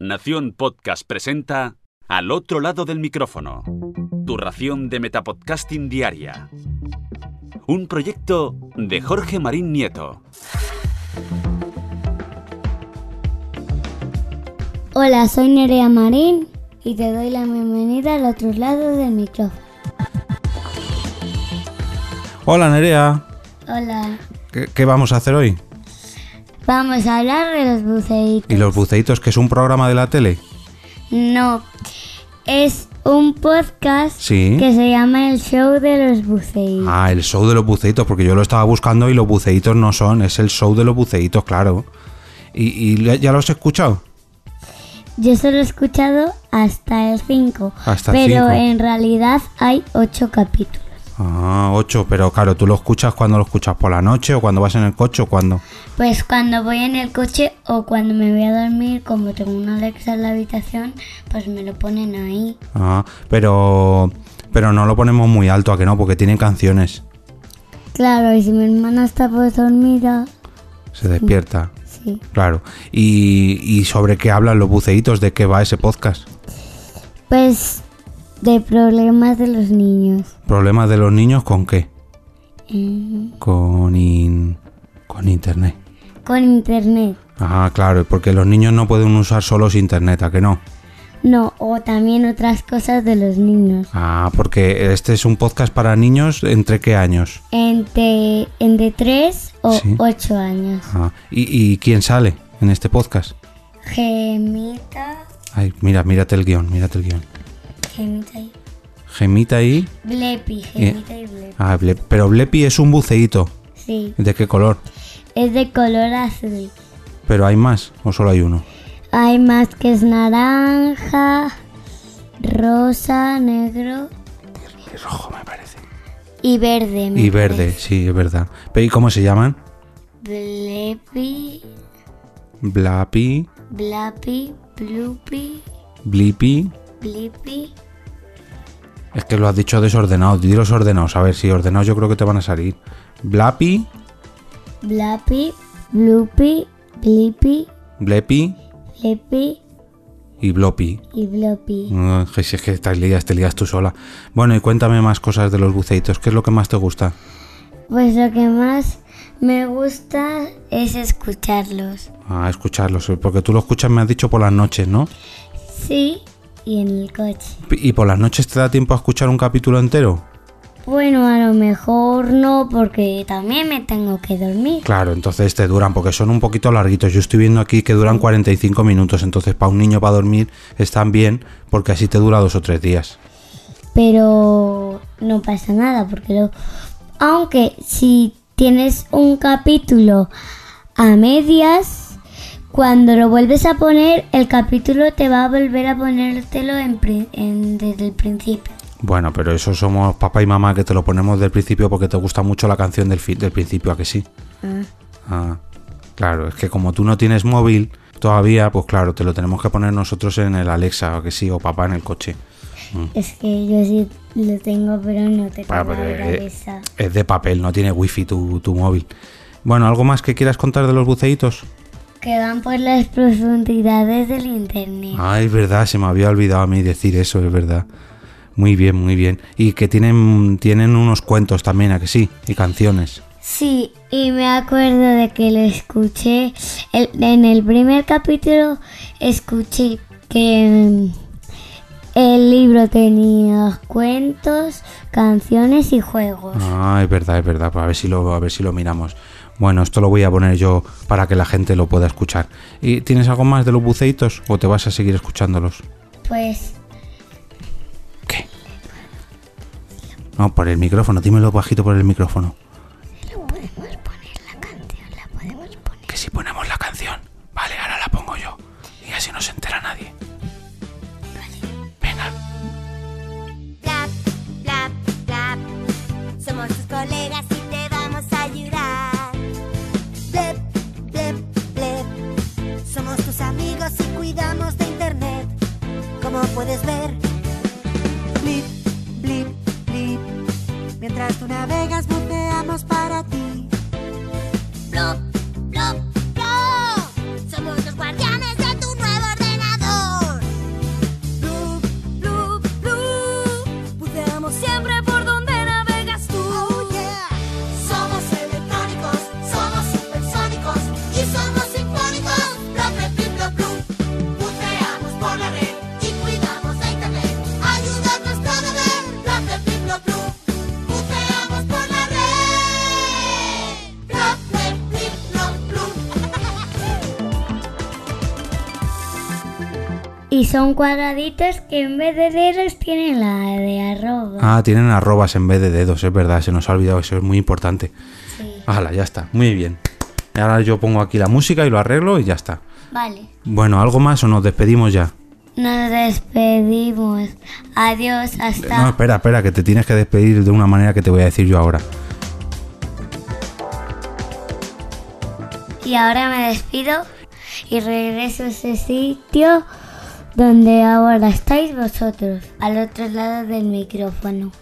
Nación Podcast presenta Al otro lado del micrófono. Tu ración de Metapodcasting Diaria. Un proyecto de Jorge Marín Nieto. Hola, soy Nerea Marín y te doy la bienvenida al otro lado del micrófono. Hola Nerea, Hola, ¿qué, qué vamos a hacer hoy? vamos a hablar de los buceitos. ¿Y los buceitos que es un programa de la tele? No, es un podcast Sí. que se llama El Show de los Buceitos. Ah, el show de los buceitos, porque yo lo estaba buscando y los buceitos no son, es el show de los buceitos, claro. ¿Y, y lo- ya lo has escuchado? Yo solo he escuchado hasta el 5, Hasta el pero cinco. en realidad hay 8 capítulos. Ah, ocho, pero claro, tú lo escuchas cuando lo escuchas por la noche o cuando vas en el coche o cuando... Pues cuando voy en el coche o cuando me voy a dormir, como tengo una Alexa en la habitación, pues me lo ponen ahí. Ah, pero... Pero no lo ponemos muy alto, ¿a que no? Porque tienen canciones. Claro, y si mi hermana está pues dormida, Se despierta. sí. Claro. ¿Y, y sobre qué hablan los buceitos? ¿De qué va ese podcast? Pues de problemas de los niños. ¿Problemas de los niños con qué? Mm, Con, in- con internet. Con internet. Ah, claro, porque los niños no pueden usar solos internet, ¿a que no? No, o también otras cosas de los niños. Ah, porque este es un podcast para niños entre qué años. Entre, entre 3 o Sí. 8 años. Ah, ¿y, y quién sale en este podcast? Gemita. Ay, mira, mírate el guión, mírate el guión. Gemita y. Gemita y... Eh. Blepi, Gemita y Blepi. Ah, Ble- pero Blepi es un buceíto. Sí, ¿De qué color? es de color azul. ¿Pero hay más o solo hay uno? Hay más que es naranja, rosa, negro Es rojo, me parece. y verde. me Y verde, sí, es verdad. Pero, ¿Y cómo se llaman? parece. Blepi, Blapi, Blapi, Blupi, Blipi... Blipi. Es que lo has dicho desordenado, dilos ordenados. A ver, si ordenados yo creo que te van a salir. Blapi, Blapi, Blupi, Blipi, Blepi Lepi y Blopi. y Blopi. Mm, que Si es que estás liadas, te lias tú sola. Bueno, y cuéntame más cosas de los buceitos. ¿Qué es lo que más te gusta? Pues lo que más me gusta es escucharlos. Ah, escucharlos, porque tú lo escuchas, me has dicho, por las noches, ¿no? Sí, y en el coche. P- ¿Y por las noches te da tiempo a escuchar un capítulo entero? Bueno, a lo mejor no, porque también me tengo que dormir. Claro, entonces te duran, porque son un poquito larguitos. Yo estoy viendo aquí que duran 45 minutos, entonces para un niño para dormir están bien, porque así te dura dos o tres días. Pero no pasa nada, porque lo... Aunque si tienes un capítulo a medias, cuando lo vuelves a poner, el capítulo te va a volver a ponértelo en pri- en- desde el principio. Bueno, pero eso somos papá y mamá que te lo ponemos del principio porque te gusta mucho la canción del, fi- del principio, ¿a que sí? Ah, claro, es que como tú no tienes móvil todavía, pues claro, te lo tenemos que poner nosotros en el Alexa, ¿a que sí? O papá en el coche. Es que yo sí lo tengo, pero no te Para- tengo la eh, cabeza. es de papel, no tiene wifi tu, tu móvil. Bueno, ¿algo más que quieras contar de los buceitos? Que van por las profundidades del internet. Ah, es verdad, se me había olvidado a mí decir eso, es verdad. Muy bien, muy bien. Y que tienen, tienen unos cuentos también, ¿a que sí? Y canciones. Sí, y me acuerdo de que lo escuché el- en el primer capítulo, escuché que mm, el libro tenía cuentos, canciones y juegos. Ah, es verdad, es verdad. Pues a ver si lo, a ver si lo miramos. Bueno, esto lo voy a poner yo para que la gente lo pueda escuchar. ¿Y tienes algo más de los buceitos o te vas a seguir escuchándolos? Pues ¿Qué? No, por el micrófono, dímelo bajito por el micrófono. Que si ponemos la canción, vale, ahora la pongo yo. Y así no se entera nadie. Venga. Blap, blap, blap. Somos tus colegas y te vamos a ayudar. Blep, blep, blep. Somos tus amigos y cuidamos de internet. Como puedes ver, blip, blip, blip. Mientras tú navegas, buceamos para ti. Blop, blop, blop. Somos los guardianes de tu nuevo ordenador. Oh, Y son cuadraditos que en vez de dedos tienen la de arroba. Ah, tienen arrobas en vez de dedos, es verdad, se nos ha olvidado, eso es muy importante. Sí. Hala, ya está, muy bien. Y ahora yo pongo aquí la música y lo arreglo y ya está. Vale. Bueno, ¿algo más o nos despedimos ya? Nos despedimos. Adiós, hasta. No, espera, espera, que te tienes que despedir de una manera que te voy a decir yo ahora. Y ahora me despido y regreso a ese sitio donde ahora estáis vosotros, al otro lado del micrófono.